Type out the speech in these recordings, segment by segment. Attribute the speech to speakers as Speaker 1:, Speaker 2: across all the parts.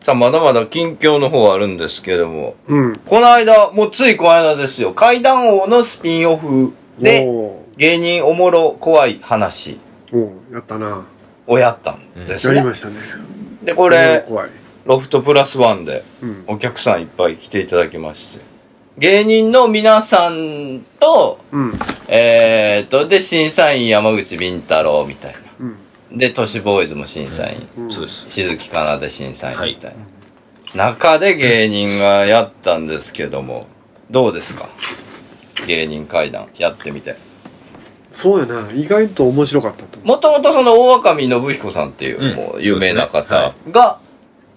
Speaker 1: さあ、まだまだ近況の方あるんですけども、
Speaker 2: うん。
Speaker 1: この間、もうついこの間ですよ、階段王のスピンオフで、
Speaker 2: お
Speaker 1: 芸人おもろ怖い話
Speaker 2: ーおーやったな。
Speaker 1: をやったんです
Speaker 2: やり
Speaker 1: ね。
Speaker 2: ましたね。
Speaker 1: で、こ
Speaker 2: こ
Speaker 1: れ、
Speaker 2: 怖い。
Speaker 1: ロフトプラスワンで
Speaker 2: うん。
Speaker 1: お客さんいっぱい来ていただきまして、芸人の皆さんと、
Speaker 2: うん。
Speaker 1: えーっと、で、審査員山口敏太郎みたいな。
Speaker 2: うん。
Speaker 1: で、都市ボーイズも審査員。
Speaker 2: うん
Speaker 3: そうです。
Speaker 1: 静木かなで審査員みたいな、中で芸人がやったんですけどもどうですか芸人会談やってみて
Speaker 2: そうやな。意外と面白かったと思
Speaker 1: もともとその大赤身信彦さんっていう,、
Speaker 3: うん
Speaker 1: もう有名な方
Speaker 3: そう
Speaker 1: が、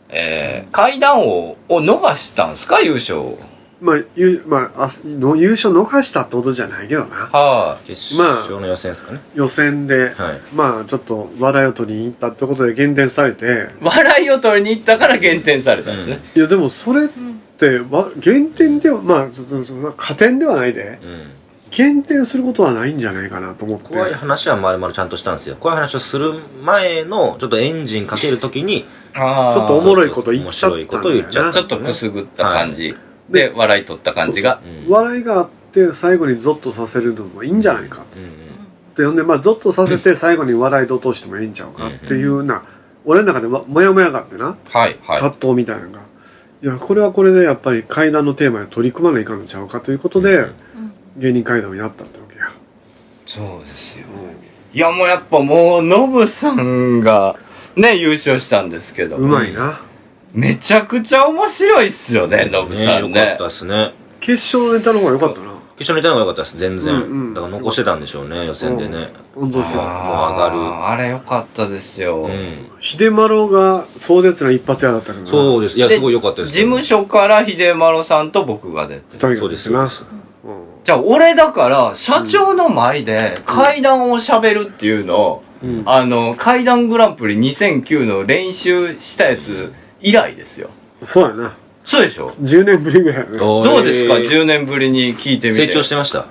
Speaker 1: えー、会談王を逃したんすか優勝を
Speaker 2: う。まあ、ゆまあ、あすの優勝逃したってことじゃないけどな。
Speaker 1: は
Speaker 3: 決勝の予選ですかね。
Speaker 2: 予選で、
Speaker 3: はい。
Speaker 2: まあ、ちょっと笑いを取りに行ったってことで減点されて、
Speaker 1: い、笑いを取りに行ったから減点されたんですね、
Speaker 2: いや、でもそれって、わ減点では、まあ、そそそまあ加点ではないで、
Speaker 3: うん。
Speaker 2: 減点することはないんじゃないかなと思って。
Speaker 3: 怖い話はまるまるちゃんとしたんですよ。怖い話をする前の、ちょっとエンジンかけるときに、
Speaker 1: あー
Speaker 2: ちょっとおもろいこと言っちゃったんだよな
Speaker 3: 面白いこと言っちゃ
Speaker 1: ち
Speaker 3: た
Speaker 1: ょっとくすぐった感じ、で
Speaker 2: で
Speaker 1: 笑い取った感じが
Speaker 3: うん
Speaker 2: 笑いがあって、最後にゾッとさせるのもいいんじゃないか。
Speaker 3: うん
Speaker 2: って呼んで、まあ、ゾッとさせて最後に笑いと通してもええんちゃうかっていうな、俺の中でわもやもやがあってな、
Speaker 1: はいはい
Speaker 2: 葛藤みたいなのが。いや、これはこれでやっぱり階段のテーマに取り組まないかんのちゃうかということで、
Speaker 3: うん
Speaker 2: 芸人階段をやったってわけや。
Speaker 1: そうですよいやもうやっぱもうノブさんがね優勝したんですけど
Speaker 2: うまいな。
Speaker 1: めちゃくちゃ面白いっすよねノブ
Speaker 3: ね
Speaker 1: さ
Speaker 3: よ
Speaker 1: ん
Speaker 3: かっ
Speaker 1: ね
Speaker 3: たですね。
Speaker 2: 決勝のネタの方が良かったな。
Speaker 3: 決勝にいたのが良かったです、全然。
Speaker 2: うんうん
Speaker 3: だから残してたんでしょうね、予選でね。
Speaker 2: 温存して
Speaker 3: あ
Speaker 2: た。
Speaker 1: あー
Speaker 3: もう上が
Speaker 1: あれよかったですよ、
Speaker 3: うん。
Speaker 2: 秀丸が壮絶な一発屋だったからな。
Speaker 3: そうです。いや、
Speaker 1: です
Speaker 3: ごい良かったで
Speaker 1: 事
Speaker 3: すよ。
Speaker 1: 務所から秀丸さんと僕が出て
Speaker 2: 二人が
Speaker 3: そうです、そうです。
Speaker 2: うん
Speaker 1: じゃあ俺だから社長の前で階段を喋るっていうのを、
Speaker 2: うん
Speaker 1: あの階段グランプリ2009の練習したやつ以来ですよ
Speaker 2: そうやな。
Speaker 1: そうでしょ
Speaker 2: 10年ぶりぐらいやね。
Speaker 3: ど
Speaker 1: どうですか、
Speaker 3: えー
Speaker 1: ?10 年ぶりに聞いてみて
Speaker 3: 成長してました。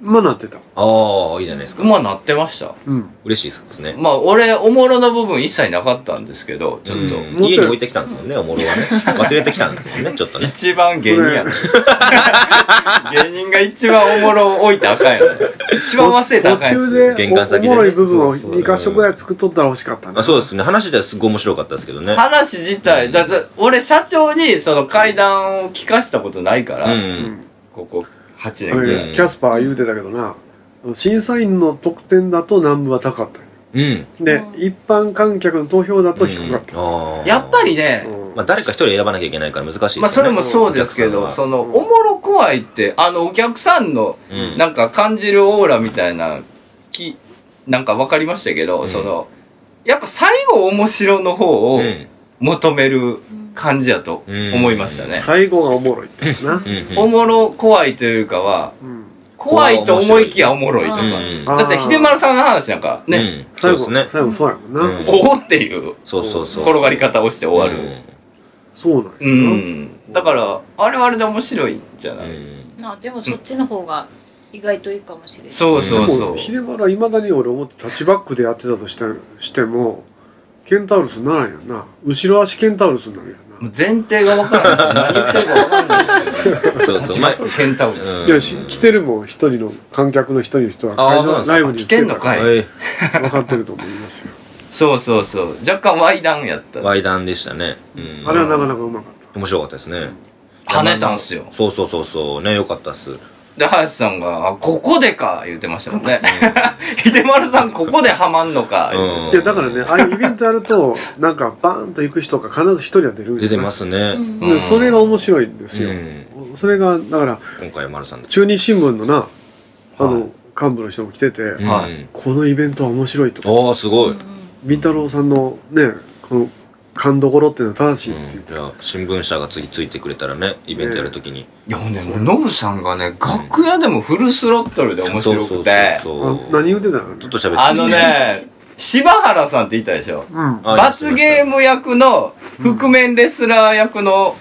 Speaker 2: まあなってた。
Speaker 3: ああ、いいじゃないですか。
Speaker 1: まあなってました
Speaker 2: うん。
Speaker 3: 嬉しいですね。
Speaker 1: まあ、俺、おもろな部分一切なかったんですけど、ちょっと。
Speaker 3: うん
Speaker 2: もうちょい
Speaker 3: 家に置いてきたんですもんね、おもろはね。忘れてきたんですもんね、ちょっとね。
Speaker 1: 一番芸人やね 芸人が一番おもろ置いてあかん やね一番忘れたらあかんや
Speaker 2: 途
Speaker 1: つ。
Speaker 2: 中で
Speaker 3: 玄関先でね
Speaker 2: おもろい部分を
Speaker 3: そうそう
Speaker 2: 2箇所ぐらい作っとったら欲しかったな
Speaker 3: あそうですね、話ですごい面白かったですけどね。
Speaker 1: 話自体、だだ俺、社長にその階段を聞かしたことないか
Speaker 3: う
Speaker 1: ら、
Speaker 3: ん。
Speaker 1: ここ8
Speaker 2: あ
Speaker 1: 年ぐらい。
Speaker 2: れ、キャスパーが言うてたけどな審査員の得点だと南部は高かったよ
Speaker 3: うん。
Speaker 2: で、
Speaker 4: うん
Speaker 2: 一般観客の投票だと低かった、
Speaker 3: ああ
Speaker 1: やっぱりね、
Speaker 2: うん
Speaker 3: まあ、誰か一人選ばなきゃいけないから難しいですよね。
Speaker 1: まあそれもそうですけ
Speaker 3: お
Speaker 1: ど、
Speaker 3: 客さ
Speaker 1: その、
Speaker 2: うん
Speaker 1: おもろ怖いって、あの、お客さんの、
Speaker 3: んはうん。
Speaker 1: なんか感じるオーラみたいな、き、なんかわかりましたけど、
Speaker 3: うん
Speaker 1: その、やっぱ最後面白の方を
Speaker 3: うん
Speaker 1: 求める感じやと思いましたね。
Speaker 2: 最後がおもろいってやつ な、
Speaker 3: うんうん
Speaker 1: おもろ怖いというかは、
Speaker 2: うん
Speaker 1: 怖いと思いきやおもろいとか。
Speaker 3: うん
Speaker 2: あー
Speaker 1: だって、秀丸さんの話なんか
Speaker 3: う
Speaker 1: ね、
Speaker 3: んそ
Speaker 2: 最
Speaker 3: うで
Speaker 2: 後
Speaker 3: すね。
Speaker 2: 最後そうやもんな、
Speaker 3: うん
Speaker 1: おおっていう
Speaker 3: そうそうそう。
Speaker 1: 転がり方をして終わ
Speaker 3: う
Speaker 1: る。
Speaker 3: ん
Speaker 2: そうなんや
Speaker 1: うん。だから、あれはあれで面白いんじゃ
Speaker 3: う
Speaker 1: ない、
Speaker 3: ん。
Speaker 4: なでもそっちの方が意外といいかもしれない。
Speaker 1: そう
Speaker 2: で
Speaker 1: そうそ
Speaker 2: も
Speaker 1: う。
Speaker 2: 秀丸はいまだに俺思ってタッチバックでやってたとしてしてもケンタウルスならんやんな後ろ足ケンタウルスになるやんな、
Speaker 1: もう前提がわからないです。何言ってるかわかんないですよね。
Speaker 3: そ うそう。前、
Speaker 1: ケンタウルス。
Speaker 3: うん
Speaker 2: いやし来てるもん一人の観客の一人の人は
Speaker 3: あー
Speaker 2: 会
Speaker 3: そうなん
Speaker 2: 場
Speaker 3: ですか
Speaker 2: ライブにた
Speaker 1: 来てんのかい
Speaker 3: はい。
Speaker 2: ら分かってると思いますよ
Speaker 1: そうそうそう。若干ワイダンやった。
Speaker 3: ワイダンでしたね。うん
Speaker 2: あれはなかなかうまかった
Speaker 3: 面白かったですね。
Speaker 1: 跳ねたんすよ。
Speaker 3: そうそうそうそう。ね、よかったっす。
Speaker 1: で、林さんが、あ、ここでか言ってましたもんね。 秀丸さん、ここでハマんのか言うて
Speaker 3: うん
Speaker 2: いや、だからね、ああいうイベントやると、なんか、バーンと行く人が必ず一人は出るん。
Speaker 3: 出てますすね。
Speaker 4: うん
Speaker 1: う
Speaker 2: で
Speaker 1: ん
Speaker 2: それが面白いんです
Speaker 3: う
Speaker 2: よ。
Speaker 3: ん。
Speaker 2: それが、だから、
Speaker 3: 今回は丸さんです。
Speaker 2: 中日新聞のな、あの、
Speaker 1: はい
Speaker 2: 幹部の人も来てて、
Speaker 3: うん
Speaker 1: はい
Speaker 2: このイベントは面白いとか、
Speaker 3: おー、すごい。
Speaker 2: ビ太郎さんのね、この、勘どころっていうのは正しいって
Speaker 3: う
Speaker 2: い。
Speaker 3: んじゃあ新聞社が次ついてくれたらねイベントやるときに、
Speaker 1: いや、ほんでもう、ノブさんがね、楽屋でもフルスロットルで面白くて、
Speaker 3: そううそう
Speaker 2: あ
Speaker 3: そう
Speaker 2: 何言うてたの
Speaker 3: ずっと喋って
Speaker 1: あのね、柴原さんって言ったでしょ。
Speaker 2: うん。
Speaker 3: あ
Speaker 1: 罰ゲーム役の、覆面レスラー役の、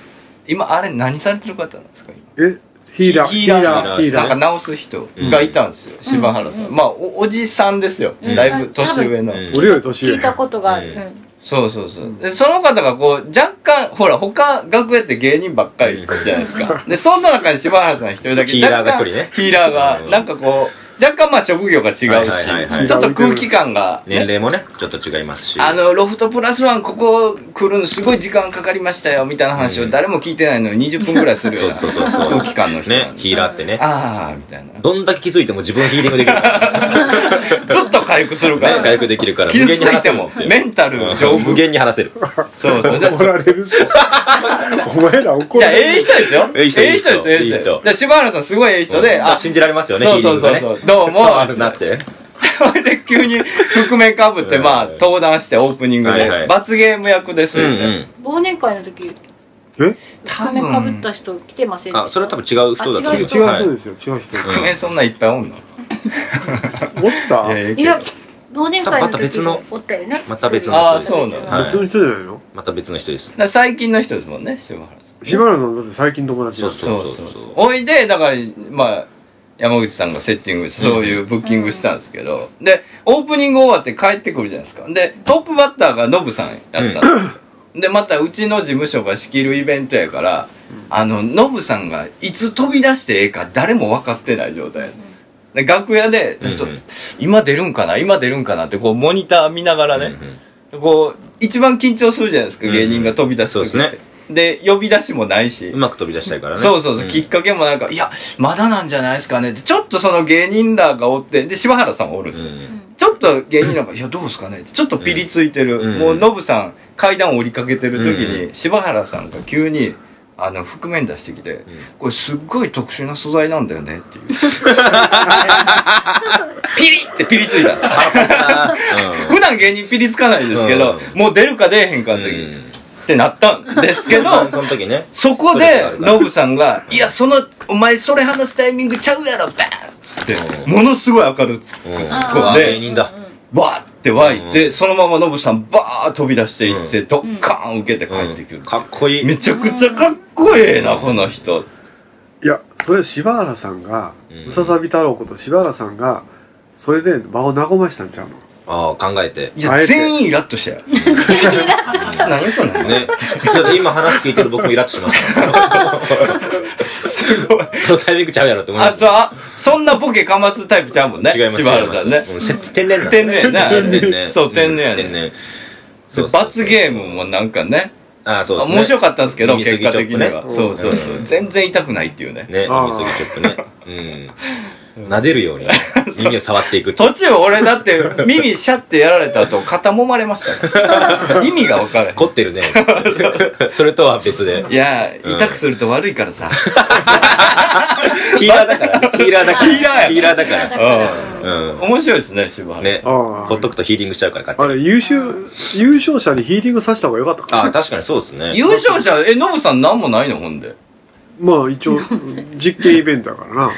Speaker 1: 今、あれ何されてる方なんですか今
Speaker 2: えヒーラー、
Speaker 1: ヒーラー
Speaker 3: さん
Speaker 2: ヒー
Speaker 1: なん
Speaker 2: ラー
Speaker 1: か直す人がいたんですよ、柴原さん。
Speaker 4: うん
Speaker 1: まあお、おじさんですよ。
Speaker 4: うん
Speaker 1: だいぶ年上の。
Speaker 3: うん
Speaker 2: 俺より年上。
Speaker 4: 聞いたことがある。
Speaker 3: うん
Speaker 4: うん
Speaker 1: そうそうそう。で、その方がこう、若干、ほら、他、楽屋って芸人ばっかりじゃないですか。で、そんな中に柴原さん一人だけ、
Speaker 3: ヒーラーが
Speaker 1: 若干
Speaker 3: 一人ね
Speaker 1: ヒーラー
Speaker 3: う
Speaker 1: が、
Speaker 3: ん
Speaker 1: なんかこう、若干まあ職業が違うし、
Speaker 3: はいはいはいはい
Speaker 1: ちょっと空気感が、
Speaker 3: 年齢もね、ちょっと違いますし。
Speaker 1: あの、ロフトプラスワン、ここ来るのすごい時間かかりましたよ、みたいな話を誰も聞いてないのに20分くらいするような
Speaker 3: そうそうそうそう
Speaker 1: 空気感の人なん
Speaker 3: ね
Speaker 1: です、よ
Speaker 3: ヒーラーってね。
Speaker 1: あー、みたいな。
Speaker 3: どんだけ気づいても自分ヒーリングできるから。
Speaker 1: ずっと回復するから。
Speaker 3: ね、回復できるから。
Speaker 1: 傷つい
Speaker 3: 話
Speaker 1: て
Speaker 3: せるん
Speaker 1: も
Speaker 3: です、よ
Speaker 1: メンタル丈
Speaker 3: うん
Speaker 1: 夫
Speaker 3: 無。限に話せる。
Speaker 1: そうそう。だ
Speaker 2: 怒られるし お前ら怒
Speaker 1: い
Speaker 2: ら
Speaker 1: や、
Speaker 2: れる
Speaker 1: ええ人ですよ。
Speaker 3: ええ人
Speaker 1: ええ人です、ええ
Speaker 3: いい
Speaker 1: 人で
Speaker 3: 人
Speaker 1: す。で、柴原さんすごいええ人で、
Speaker 3: あ、信じられますよね、
Speaker 1: そ
Speaker 3: ヒ
Speaker 1: う
Speaker 3: ーリ
Speaker 1: そ
Speaker 3: ン
Speaker 1: う
Speaker 3: グ
Speaker 1: そ
Speaker 3: が
Speaker 1: う
Speaker 3: ね。
Speaker 1: そう、どうも、
Speaker 3: 変わるなって。
Speaker 1: それ で急に覆面かぶって、まあ、登壇してオープニング
Speaker 3: はいは
Speaker 1: で、
Speaker 3: い
Speaker 1: 罰ゲーム役です
Speaker 3: う
Speaker 1: っ
Speaker 3: ん
Speaker 1: て。
Speaker 3: うん。
Speaker 4: 忘年会の時
Speaker 2: え
Speaker 1: 多
Speaker 4: 仮面かぶった人来てませんでした
Speaker 3: あ、それは多分違う人だと
Speaker 4: あ
Speaker 3: 思
Speaker 2: 違
Speaker 3: いうます。
Speaker 2: 人ですよ、違う人
Speaker 1: 覆面そんないっぱいおんの
Speaker 2: 思った
Speaker 1: いやい
Speaker 4: い
Speaker 1: や
Speaker 4: や、忘年会の時
Speaker 3: また別の
Speaker 4: おったよね
Speaker 3: また別の
Speaker 1: ああ、そうなの。だか
Speaker 3: はい
Speaker 2: 別の人じゃないの
Speaker 3: また別の人です。
Speaker 1: ら最近の人ですもんね、柴原さん。
Speaker 2: 柴原さんだって最近友達だ
Speaker 3: そうそうそう
Speaker 1: おいで、だから、まあ、山口さんがセッティングして、そういうブッキングしたんですけど、で、オープニング終わって帰ってくるじゃないですか。で、トップバッターがノブさんやったんですよ、で、またうちの事務所が仕切るイベントやから、あの、ノブさんがいつ飛び出してええか誰も分かってない状態。で、楽屋で、ちょっと
Speaker 3: うんうん
Speaker 1: 今出るんかな今出るんかなって、こう、モニター見ながらね、
Speaker 3: うんうん
Speaker 1: こう、一番緊張するじゃないですか、
Speaker 3: うん
Speaker 1: 芸人が飛び出す時って、
Speaker 3: そうですね
Speaker 1: で、呼び出しもないし。
Speaker 3: うまく飛び出したいからね。
Speaker 1: そうそうそう、
Speaker 3: ん
Speaker 1: きっかけもなんか、いや、まだなんじゃないですかねって、ちょっとその芸人らがおって、で、柴原さんもおるんですよ。
Speaker 3: うん
Speaker 1: ちょっと芸人らが、いや、どうですかねって、ちょっとピリついてる。
Speaker 3: うん
Speaker 1: もう、ノブさん、階段降りかけてる時に、
Speaker 3: う
Speaker 1: 柴原さんが急に、あの、覆面出してきて、これすっごい特殊な素材なんだよねっ ていう。ピリってピリついたんですよ。普段芸人ピリつかないんですけど、
Speaker 3: う
Speaker 1: もう出るか出えへんかの時に、ってなったんですけど、
Speaker 3: その時ね。
Speaker 1: そこ
Speaker 3: それ
Speaker 1: で
Speaker 3: があ、るから
Speaker 1: ノブさんが、いや、その、お前、それ話すタイミングちゃうやろ、バーンっつって、
Speaker 3: うん
Speaker 1: ものすごい明るく突っ
Speaker 3: うん
Speaker 1: 込ん
Speaker 3: あー芸
Speaker 1: で、
Speaker 3: 人だ
Speaker 4: うんうん
Speaker 1: バーって湧いうて、
Speaker 3: ん
Speaker 1: そのままノブさん、バーッ飛び出していって、
Speaker 3: う
Speaker 1: ドッカーン受けて帰ってく
Speaker 3: う
Speaker 1: る
Speaker 3: ん。かっこいい。
Speaker 1: めちゃくちゃかっこええな、この人。
Speaker 2: いやそれ柴原さんが
Speaker 3: うん
Speaker 2: ムササビ太郎こと柴原さんがそれで場を和ましたんちゃうの
Speaker 3: ああ、考えて。
Speaker 1: い
Speaker 2: あ
Speaker 1: や、
Speaker 2: えて
Speaker 1: 全員イラッとしたよ。何言ったの
Speaker 3: ね。だって今話聞いてる僕もイラッとし ました。
Speaker 1: すごい。
Speaker 3: そのタイミングちゃうやろって思いま
Speaker 1: あ、
Speaker 3: す。
Speaker 1: そう、あ、そんなボケかますタイプちゃうもんね。
Speaker 3: 違います。
Speaker 1: 柴原さんね
Speaker 3: 違い。ますうんせ天然なん
Speaker 1: 天然な
Speaker 3: 天然 ね。
Speaker 1: そう天然やね
Speaker 3: うん天然。そうそう
Speaker 1: 罰ゲームもなんかね、
Speaker 3: ああ、そうですね。
Speaker 1: 面白かったんですけど、
Speaker 3: 耳す
Speaker 1: 結
Speaker 3: ぎ
Speaker 1: 果
Speaker 3: チョ
Speaker 1: 的
Speaker 3: ッ
Speaker 1: に
Speaker 3: プね
Speaker 1: は。そうそうそうう。
Speaker 3: ん
Speaker 1: 全然痛くないっていうね。
Speaker 3: ね、
Speaker 2: あー
Speaker 3: 耳すぎチョップね。うん。撫でる ようにね耳を触っていくってい う
Speaker 1: 途中俺だって耳シャってやられた後肩揉まれましたから 意味が分からへん
Speaker 3: 凝ってるね。 それとは別で
Speaker 1: い。や
Speaker 3: うん
Speaker 1: 痛くすると悪いから さ
Speaker 3: ヒーラーだから。ヒーラーだ から。
Speaker 1: ヒーラーや
Speaker 3: ヒーラーだか。
Speaker 4: だからら
Speaker 3: うん。
Speaker 1: 面白いですね柴原さん
Speaker 3: ね、
Speaker 2: ああ
Speaker 3: ほっとくとヒーリングしちゃうから勝
Speaker 2: あ
Speaker 3: 手に。
Speaker 2: れ優秀優勝者にヒーリングさせた方が良かったか
Speaker 3: ああ、確かにそうですね。
Speaker 1: 優勝者えノブさん何もないのほんで
Speaker 2: まあ一 応実験イベントだからな
Speaker 3: うん。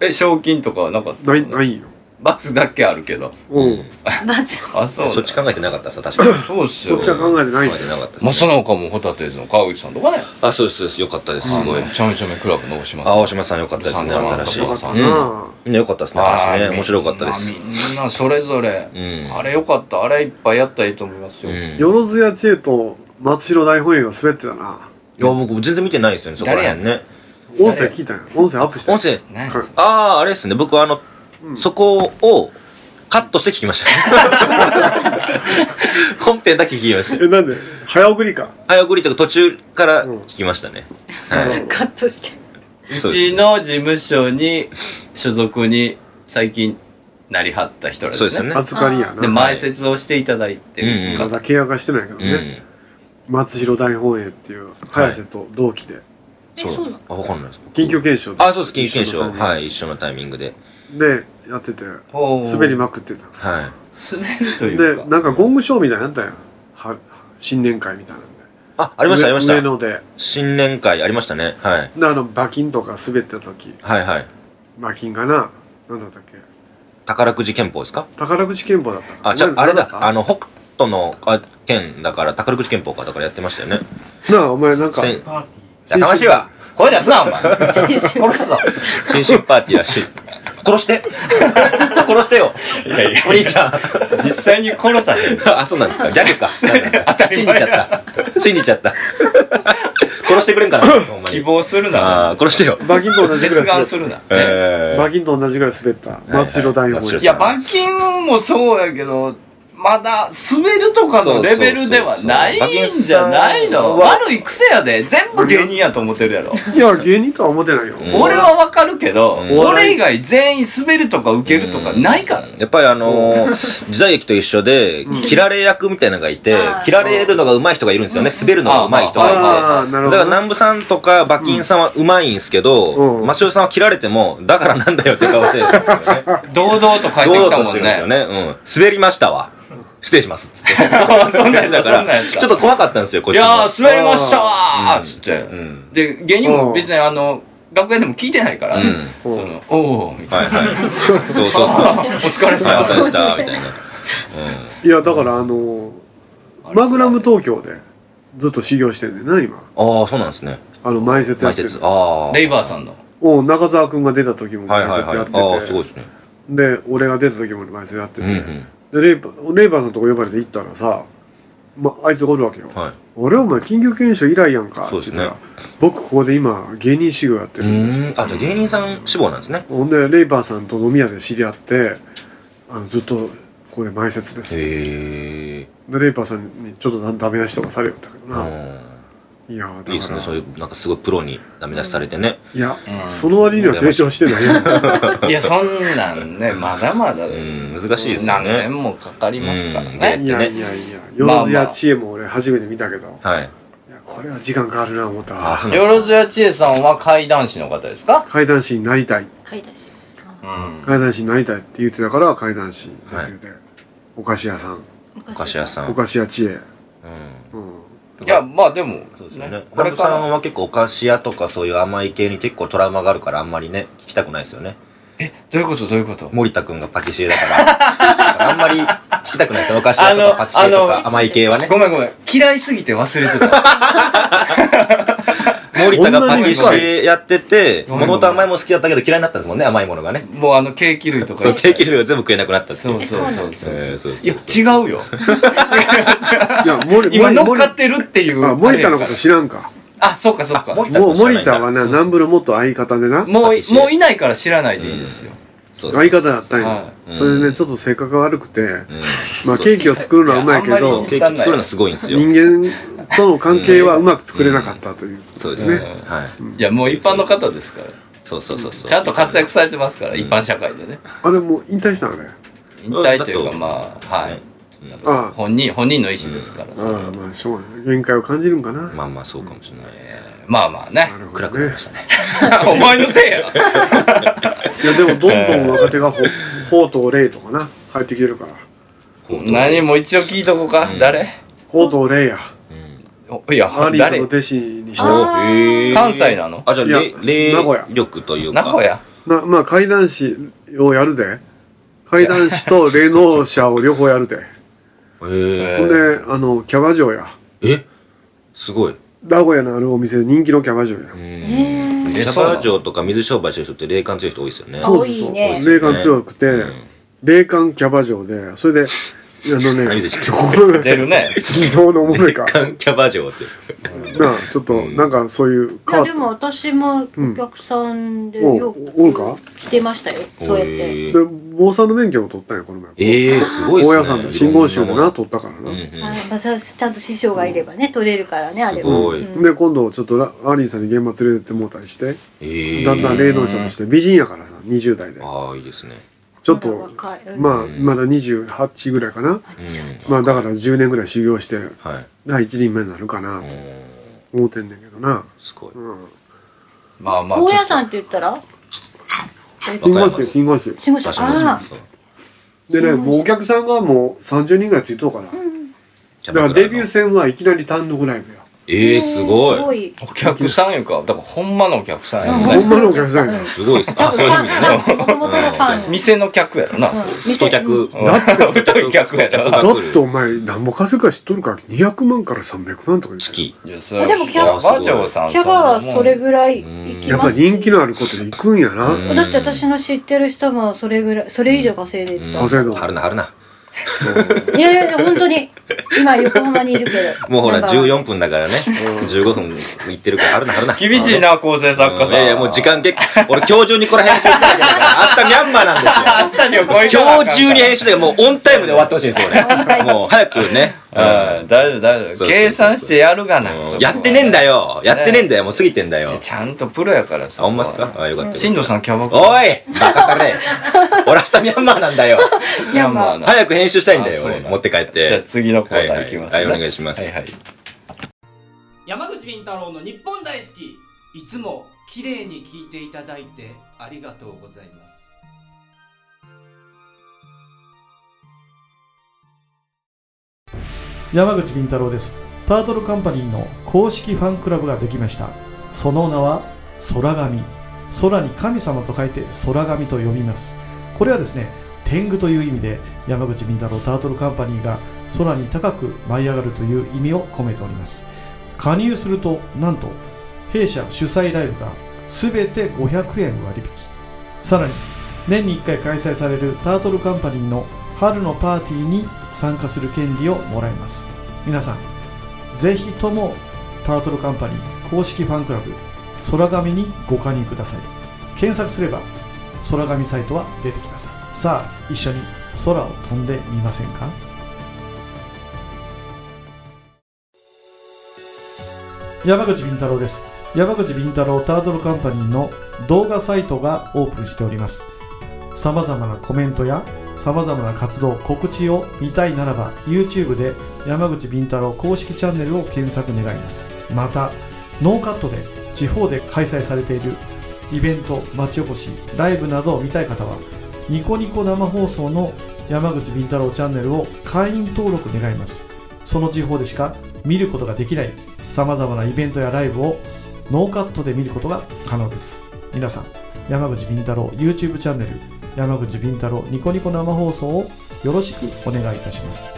Speaker 1: え賞金とかはなかった
Speaker 2: ない
Speaker 1: の
Speaker 2: ないよ
Speaker 1: 罰だけあるけど
Speaker 2: うん
Speaker 4: まず
Speaker 1: あそう
Speaker 3: そっち考えてなかったさ、確かに。
Speaker 1: そうっす
Speaker 2: そ
Speaker 1: よ
Speaker 2: っちは考えてないん
Speaker 3: 考え
Speaker 2: だ
Speaker 3: てなかったですね
Speaker 1: もうその他もホタテーズの川口さんとかね
Speaker 3: あ、そうです、そうです。よかったです。すごい
Speaker 1: あの。ちょめちょめクラブの大島
Speaker 3: あ
Speaker 1: さん
Speaker 3: 青島さんよかったですね、
Speaker 1: 青島
Speaker 3: 新しい。
Speaker 1: よ
Speaker 2: よ
Speaker 1: かっ
Speaker 2: かったた
Speaker 1: な
Speaker 2: な、
Speaker 3: うん。ね、よかったですね、
Speaker 1: あ
Speaker 3: 話
Speaker 1: ー
Speaker 3: ね。面白かったです。
Speaker 1: まあみんなそれぞれ
Speaker 3: うん。
Speaker 1: あれよかったあれいっぱいやったらいいと思います
Speaker 3: う
Speaker 1: よ
Speaker 3: ん。い
Speaker 2: よろずや知恵と松代大本営が滑ってたな
Speaker 3: や、僕全然見てないですよね、そこら辺ね。
Speaker 2: 音声聞いたんや音声アップして
Speaker 3: 音声、
Speaker 1: ね
Speaker 2: か
Speaker 3: ああ、あれですね、僕あの、
Speaker 2: うん
Speaker 3: そこをカットして聞きました。 本編だけ聞きました。
Speaker 2: えなんで早送りか
Speaker 3: あやぐりとか途中から
Speaker 2: うん
Speaker 3: 聞きましたね。
Speaker 2: はい
Speaker 4: カット して
Speaker 1: うちの事務所に所属に最近なりはった人らです
Speaker 3: そう
Speaker 1: ね。
Speaker 3: ですよね。
Speaker 2: 預かりやな
Speaker 1: で、前説をしていただいてる
Speaker 2: ま
Speaker 1: 方、
Speaker 2: だ契約はしてないから
Speaker 3: う
Speaker 2: ね、
Speaker 3: ん。
Speaker 2: 松代大本営っていう早瀬と同期で、
Speaker 4: えそうなの
Speaker 3: あ、わかんないです。
Speaker 2: 緊急検証で
Speaker 3: あ、そうです、緊急検証。はいい、一緒のタイミングで。
Speaker 2: でやってて
Speaker 1: ほう
Speaker 2: 滑りまくってた
Speaker 3: は
Speaker 1: 滑るとい
Speaker 2: で
Speaker 1: うか。
Speaker 2: なんかゴングショーみたいなのやったやんは新年会みたいなんで
Speaker 3: い。あ、ありました、ありまし
Speaker 2: 上
Speaker 3: た。
Speaker 2: 野で
Speaker 3: 新年会ありましたね。はい。
Speaker 2: であの馬琴とか滑ってた時
Speaker 3: はいはい。
Speaker 2: 馬琴がな何だったっけ
Speaker 3: 宝くじ憲法ですか
Speaker 2: 宝くじ憲法だった
Speaker 3: あ、じゃあ、あれだ。あ
Speaker 2: の
Speaker 3: の、北斗のあ県だから、宝くじ憲法か、だからやってましたよね。
Speaker 2: なあお前なんか
Speaker 3: せん
Speaker 1: やかましいわ。声出すな、お前。殺すぞ。
Speaker 3: 新春パーティーらしい。殺して 殺してよ
Speaker 1: やいや
Speaker 3: お兄ちゃん
Speaker 1: 実際に殺さへん。
Speaker 3: あ、 そうなんですか。ギャグか。
Speaker 1: 当たり
Speaker 3: 信じ
Speaker 1: 前
Speaker 3: ちゃった。信じちゃ った。殺してくれんからな、ほん ま
Speaker 1: 希
Speaker 3: に。
Speaker 1: 望する
Speaker 3: あ
Speaker 1: な。
Speaker 3: あ、殺してよ。
Speaker 2: 馬琴と同じ
Speaker 1: 切
Speaker 2: ぐらい滑
Speaker 1: 願
Speaker 2: っ
Speaker 1: するな。ね
Speaker 3: え
Speaker 2: た馬
Speaker 3: ー
Speaker 2: 琴と同じぐらい滑った
Speaker 3: いはい
Speaker 2: 真っ白大
Speaker 3: 真っ
Speaker 2: 本
Speaker 3: 白
Speaker 1: いや、罰金もそうやけど、まだ、滑るとかのレベルではないんじゃない
Speaker 3: そうそうそう
Speaker 1: の
Speaker 3: 馬
Speaker 1: 悪い癖やで。全部芸人やと思ってるやろ。
Speaker 2: いや芸人とは思ってないよ
Speaker 3: ん
Speaker 1: 俺はわかるけど、
Speaker 3: うん
Speaker 1: 俺以外全員滑るとか受けるとかないからね。
Speaker 3: やっぱりあのー、時代劇と一緒で、切られ役みたいなのがいて
Speaker 4: うん、
Speaker 3: 切られるのが上手い人がいるんですよね。滑るのが上手い人がいて。
Speaker 2: ああなる
Speaker 3: だ
Speaker 2: ほ
Speaker 3: から
Speaker 2: どね
Speaker 3: 南部さんとか馬琴さんは上手いんですけ
Speaker 2: う
Speaker 3: ど、
Speaker 2: ん
Speaker 3: マシオさんは切られても、だからなんだよって顔してるんです よね。
Speaker 1: 堂々と帰って
Speaker 3: ど
Speaker 1: き
Speaker 3: うだ
Speaker 1: た
Speaker 3: と
Speaker 1: もん
Speaker 3: してるんですよ
Speaker 1: ね。
Speaker 3: ね。うん。滑りましたわ。失礼します。つって。
Speaker 1: そんなんやった
Speaker 3: だ
Speaker 1: そ
Speaker 3: か
Speaker 1: んなんや
Speaker 3: ら、
Speaker 1: っ
Speaker 3: ち
Speaker 1: た
Speaker 3: ょっと怖かったんですよ、こっ
Speaker 1: い
Speaker 3: ちも。
Speaker 1: やー、滑りましたわ
Speaker 3: う
Speaker 1: ー
Speaker 3: ん
Speaker 1: つって
Speaker 3: う。ん。
Speaker 1: で、芸人も別にあの、楽屋でも聞いてないから、
Speaker 3: うん
Speaker 1: その、おー、みたい
Speaker 3: はいはい。そうそうそう。
Speaker 1: な。
Speaker 3: は
Speaker 1: お疲れ
Speaker 3: い、そう
Speaker 1: 様
Speaker 3: でした、みたいな。
Speaker 2: いやだからあのマグナム東京でずっと修行してんねんな今
Speaker 3: うん。ああ、そうなんですね。
Speaker 2: あの前説や
Speaker 3: 前
Speaker 2: ってる
Speaker 3: 説。ああ。
Speaker 1: レイバーさんの。
Speaker 2: おう中澤君が出た時も
Speaker 3: はい
Speaker 2: 前
Speaker 3: はい
Speaker 2: 説や
Speaker 3: は
Speaker 2: って。
Speaker 3: い
Speaker 2: て、
Speaker 3: ああ、すごいですね。
Speaker 2: で俺が出た時も前説やって
Speaker 3: う
Speaker 2: て、
Speaker 3: んうん。
Speaker 2: でレイバレイバーさんとこ呼ばれて行ったらさ、ま、あいつがおるわけよ、
Speaker 3: はい。
Speaker 2: 俺お前緊急検証以来やんか
Speaker 3: そうですね
Speaker 2: って言ったら僕ここで今芸人修行やって
Speaker 3: う
Speaker 2: るんです
Speaker 3: ーん。あ、じゃあ芸人さん志望なんですね。
Speaker 2: ほんでレイバーさんと飲み屋で知り合ってあのずっとここで前説ですで
Speaker 3: へえ。
Speaker 2: レイバーさんにちょっとだダメ出しとかされよったけど
Speaker 3: う
Speaker 2: な、
Speaker 3: ん。
Speaker 2: いやだから
Speaker 3: いいですね。そういう、なんかすごいプロにダメ出しされてね。
Speaker 2: いや、
Speaker 1: うん
Speaker 2: その割には成長してないやん
Speaker 1: いや、そんなんね、まだまだ
Speaker 3: う
Speaker 1: です。
Speaker 3: ん、難しいですよ
Speaker 1: 何
Speaker 3: ね
Speaker 1: 年。もかかりますから
Speaker 3: うん
Speaker 1: ね。
Speaker 2: いやいやいやよろずや知恵も俺初めて見たけど、
Speaker 3: はい。
Speaker 2: いやこれは時間かかるな思った
Speaker 3: あ
Speaker 2: わ
Speaker 3: そうなん
Speaker 1: よろずや千恵さんは怪談師の方ですか
Speaker 2: 怪談師になりたい
Speaker 4: 買い出し。
Speaker 1: う
Speaker 4: あ
Speaker 1: ん。
Speaker 2: 怪談師になりたいって言ってたから怪談師デビューで、お菓子屋さん
Speaker 4: お
Speaker 3: お菓子屋さん。
Speaker 2: お菓子屋知恵、
Speaker 3: う
Speaker 2: うん、
Speaker 1: い
Speaker 3: ん。
Speaker 1: や、まあでも
Speaker 3: そうですよ、
Speaker 1: ね
Speaker 3: ね。
Speaker 1: こ
Speaker 3: こ
Speaker 1: れ
Speaker 3: れ
Speaker 1: か
Speaker 3: さ
Speaker 1: ら
Speaker 3: んは結構お菓子屋とかそういう甘い系に結構トラウマがあるからあんまりね、聞きたくないですよね。
Speaker 1: どういうことどういうこと
Speaker 3: 森田くんがパティシエ だから。あんまり聞きたくないですよね。お菓子屋と
Speaker 1: あの
Speaker 3: かパティシエと
Speaker 1: あ
Speaker 3: か
Speaker 4: の
Speaker 3: 甘い系はね。
Speaker 1: ごめんごめん。嫌いすぎて忘れてた。
Speaker 3: 森田がパティシエやってて、
Speaker 1: ごめんごめん
Speaker 3: 物と甘いもの好きだったけど嫌いになったんですもんね、甘いものがね。
Speaker 1: もうあの、ケーキ類とか。
Speaker 3: そう、ケーキ類が全部食えなくなったってい
Speaker 1: そうう。そうそうそう。
Speaker 3: えーそう
Speaker 1: いや、
Speaker 3: そうそ
Speaker 1: 違
Speaker 3: う
Speaker 1: う よ。
Speaker 2: いや森
Speaker 1: 今
Speaker 2: 森
Speaker 1: 乗っ
Speaker 2: 森
Speaker 1: かってるっていう。
Speaker 2: あ森田のこと知らんか
Speaker 1: あ、そうかそうか。もう、
Speaker 3: 森田
Speaker 2: もう
Speaker 3: 君
Speaker 2: 森田はな
Speaker 3: 知らないんだそう
Speaker 2: 南部の元相方でな
Speaker 1: もういないから知らないでいいですよ。
Speaker 3: そうそう
Speaker 2: 相方だったん
Speaker 1: は
Speaker 2: や
Speaker 3: い
Speaker 2: それで
Speaker 3: うん
Speaker 2: ねちょっと性格が悪くて、
Speaker 3: うん
Speaker 2: まあ
Speaker 3: そう
Speaker 2: ケーキを作るのはうまいけ
Speaker 1: いやあん
Speaker 2: ど
Speaker 1: まり
Speaker 3: ケーキ作るのすごいんですよ。
Speaker 2: 人間との関係はうまく作れなかったという、
Speaker 3: そうですね
Speaker 1: ね。
Speaker 3: はい。
Speaker 1: いや、もう一般の方ですから。
Speaker 3: そうそうそうそう。
Speaker 1: ちゃんと活躍されてますから、一般社会でね。
Speaker 2: あれもう引退したんあれ
Speaker 1: 引退というか、
Speaker 3: うん
Speaker 1: まあ、は
Speaker 3: ね
Speaker 1: い。
Speaker 3: うん
Speaker 2: あ
Speaker 1: 本人、本人の意思ですからさ。
Speaker 2: ああまあしょうがない限界を感じるんかな、
Speaker 3: まあまあそうかもしれないです。
Speaker 1: まあまあね
Speaker 2: な。るほ
Speaker 3: 暗
Speaker 2: ど
Speaker 3: くなり
Speaker 2: ね
Speaker 3: ましたね。
Speaker 1: お前のせいや。
Speaker 2: いやでもどんどん若手がほうとうれいとかな入ってきてるから
Speaker 1: 何も一応聞いとこうか
Speaker 3: う。ん
Speaker 1: 誰
Speaker 2: ほうとうれいや
Speaker 3: うん
Speaker 1: おいや
Speaker 2: アー、リーズの
Speaker 1: 誰
Speaker 2: 弟子にし
Speaker 4: あ
Speaker 2: た
Speaker 4: ー
Speaker 3: へー
Speaker 1: 関西なの
Speaker 3: あ、じゃあ、
Speaker 2: いや
Speaker 3: れ霊
Speaker 2: 名古屋
Speaker 3: 力というか。
Speaker 1: 名古屋
Speaker 2: なまあ怪談師をやるで怪談師と霊能者を両方やるで
Speaker 3: へ
Speaker 1: え
Speaker 2: ほんであのキャバ嬢や
Speaker 3: ーえすごい。
Speaker 2: 名古屋のあるお店で人気のキャバ嬢や、
Speaker 3: うん
Speaker 4: ー
Speaker 3: キャバ嬢とか水商売してる人って霊感強い人多いですよね。
Speaker 4: そう多いね
Speaker 2: 霊感強くて、
Speaker 3: うん
Speaker 2: 霊感キャバ嬢でそれであの
Speaker 3: 何
Speaker 2: ね
Speaker 3: で知って
Speaker 2: こ
Speaker 3: る
Speaker 2: こ の
Speaker 1: 出るね。
Speaker 2: 偽造のおもろいか
Speaker 3: 霊感キャバ嬢って。
Speaker 2: なあちょっとなんかそういう
Speaker 4: いやで
Speaker 2: 変
Speaker 4: も
Speaker 2: わっ
Speaker 4: 私もお客さんで
Speaker 2: うん
Speaker 4: よ
Speaker 2: おおるか
Speaker 4: く来てましたよ、そうやって。
Speaker 2: たで坊さんの免許を取ったんやこの前
Speaker 3: ええー、すごいっす
Speaker 2: 大
Speaker 3: ね。
Speaker 2: 家さんの真言宗でな取ったから
Speaker 3: う
Speaker 2: な、
Speaker 3: んうん。
Speaker 4: あまあ、それちゃんと師匠がいればね、取れるからね、あれは。
Speaker 3: すごい
Speaker 4: うん
Speaker 2: で今度ちょっとラアーリーさんに現場連れてってもうたりして、
Speaker 3: ええ。
Speaker 2: だんだん霊能者として美人やからさ20代で
Speaker 3: ああ、いいですね。
Speaker 2: ちょっ
Speaker 4: まだ
Speaker 2: と
Speaker 4: 若いうん
Speaker 2: まあ
Speaker 3: うん
Speaker 2: まだ28ぐらいかな
Speaker 3: うん。
Speaker 2: まあだから10年ぐらい修行して
Speaker 3: はい。
Speaker 2: な一人前になるかな
Speaker 3: う
Speaker 2: と
Speaker 3: ん
Speaker 2: 思ってんねんけどな、
Speaker 3: すごい。
Speaker 2: うん、
Speaker 1: まあまあ。
Speaker 4: 大家さ
Speaker 1: ん。
Speaker 4: んって言ったら
Speaker 2: 金剛宗金剛宗
Speaker 4: 信号師
Speaker 3: 場所も
Speaker 4: ああ。
Speaker 3: そう
Speaker 2: でね
Speaker 4: 金剛宗
Speaker 2: もうお客さんがもう30人ぐらいついとうからだ
Speaker 4: うん
Speaker 2: からデビュー戦はいきなり単独ライブよ
Speaker 3: ええすごい
Speaker 4: すごい。
Speaker 1: お客さんいうか、だからほんまのお客さんや
Speaker 4: うん
Speaker 1: ろ
Speaker 2: ほ
Speaker 1: ね。
Speaker 2: んまのお客さんや
Speaker 4: う
Speaker 3: すごいっす
Speaker 4: 多
Speaker 3: あそうい
Speaker 4: 分
Speaker 3: う意味で
Speaker 4: パン
Speaker 3: ね
Speaker 4: パン、もともとのパン。
Speaker 1: 店の客やろな。
Speaker 4: うん
Speaker 3: 太客
Speaker 1: だって、 太い客やろな。
Speaker 2: だってお前なんぼ稼ぐか知っとるから200万から300万とか言って
Speaker 3: 月
Speaker 1: いやそれ
Speaker 4: でもキャバ
Speaker 1: バ嬢さん
Speaker 4: キャバはそれ
Speaker 1: ぐ
Speaker 4: ぐらい行き
Speaker 2: やっ
Speaker 4: ま
Speaker 2: ぱ
Speaker 4: す。
Speaker 2: 人気のあることで行くんやな、
Speaker 3: うん
Speaker 4: だって私の知ってる人もそれぐらい、それ以上稼いで
Speaker 3: う
Speaker 4: る
Speaker 3: ん
Speaker 4: と。
Speaker 2: 稼いだ
Speaker 3: 貼るな貼るない
Speaker 4: やいやいや、本当に。今横浜にいるけど。
Speaker 3: もうほら
Speaker 4: ナンバーワン
Speaker 3: 14分だからね15分いってるから貼るな貼るな
Speaker 1: 厳しいな、構成作家
Speaker 3: うん
Speaker 1: さん。
Speaker 3: いやいやもう時間結構俺今日中にこれ編集しなきゃいけないから明日ミャンマーなんですよ
Speaker 1: 明日にはこういうの
Speaker 3: 今日中に編集でもうオンタイムで終わってほしいんですよ
Speaker 4: オンタイ
Speaker 3: 俺
Speaker 4: ム
Speaker 3: もう早くね
Speaker 1: うん、大丈夫、大丈
Speaker 3: そ
Speaker 1: 夫。
Speaker 3: うそうそう
Speaker 1: 計算してやるがな。そこは
Speaker 3: やってねえんだよやってねえんだよもう過ぎてんだよ
Speaker 1: ちゃんとプロやからさ。
Speaker 3: あほんまっすかあよかったよかった
Speaker 1: 新藤さん、キャバ
Speaker 3: おい バカかれ俺明日ミャンマーなんだよ
Speaker 4: ミャンマー
Speaker 1: ミ
Speaker 3: 早く編集したいんだ
Speaker 1: あ
Speaker 3: よ
Speaker 1: そうなん
Speaker 3: 俺
Speaker 1: だ
Speaker 3: 持って帰っ
Speaker 1: じゃあ
Speaker 3: て
Speaker 1: 次のコーナーいきますね。
Speaker 3: はいはいはいお願いします
Speaker 1: はいはい。
Speaker 5: 山口敏太郎の日本大好きいつも綺麗に聞いていただいてありがとうございます
Speaker 6: 山口敏太郎ですタートルカンパニーの公式ファンクラブができましたその名は空神空に神様と書いて空神と呼びますこれはですね天狗という意味で山口敏太郎タートルカンパニーが空に高く舞い上がるという意味を込めております加入するとなんと弊社主催ライブが全て500円割引さらに年に1回開催されるタートルカンパニーの春のパーティーに参加する権利をもらえます皆さんぜひともタートルカンパニー公式ファンクラブ空紙にご加入ください検索すれば空紙サイトは出てきますさあ一緒に空を飛んでみませんか山口敏太郎です山口敏太郎タートルカンパニーの動画サイトがオープンしておりますさまざまなコメントやさまざまな活動告知を見たいならば YouTube で山口敏太郎公式チャンネルを検索願いますまたノーカットで地方で開催されているイベント町おこしライブなどを見たい方はニコニコ生放送の山口敏太郎チャンネルを会員登録願いますその地方でしか見ることができないさまざまなイベントやライブをノーカットで見ることが可能です皆さん山口敏太郎 YouTube チャンネル山口敏太郎ニコニコ生放送をよろしくお願いいたします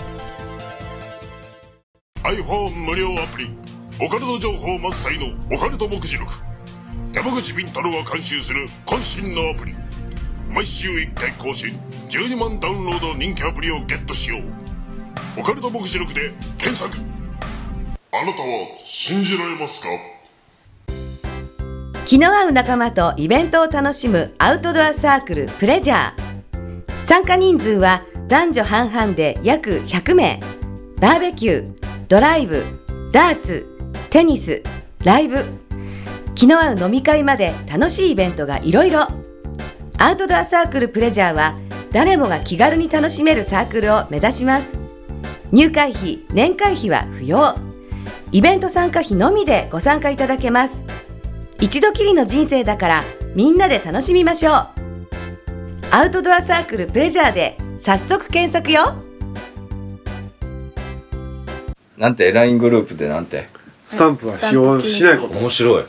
Speaker 7: iPhone 無料アプリオカルト情報満載のオカルト目次録山口敏太郎が監修する渾身のアプリ毎週1回更新12万ダウンロードの人気アプリをゲットしようオカルト目次録で検索あなたは信じられますか
Speaker 8: 気の合う仲間とイベントを楽しむアウトドアサークルプレジャー参加人数は男女半々で約100名バーベキュードライブダーツテニスライブ気の合う飲み会まで楽しいイベントがいろいろアウトドアサークルプレジャーは誰もが気軽に楽しめるサークルを目指します入会費年会費は不要イベント参加費のみでご参加いただけます一度きりの人生だからみんなで楽しみましょうアウトドアサークルプレジャーで早速検索よ
Speaker 1: なんて、LINE グループでなんて。
Speaker 2: スタンプは使用しないこと
Speaker 3: 面白い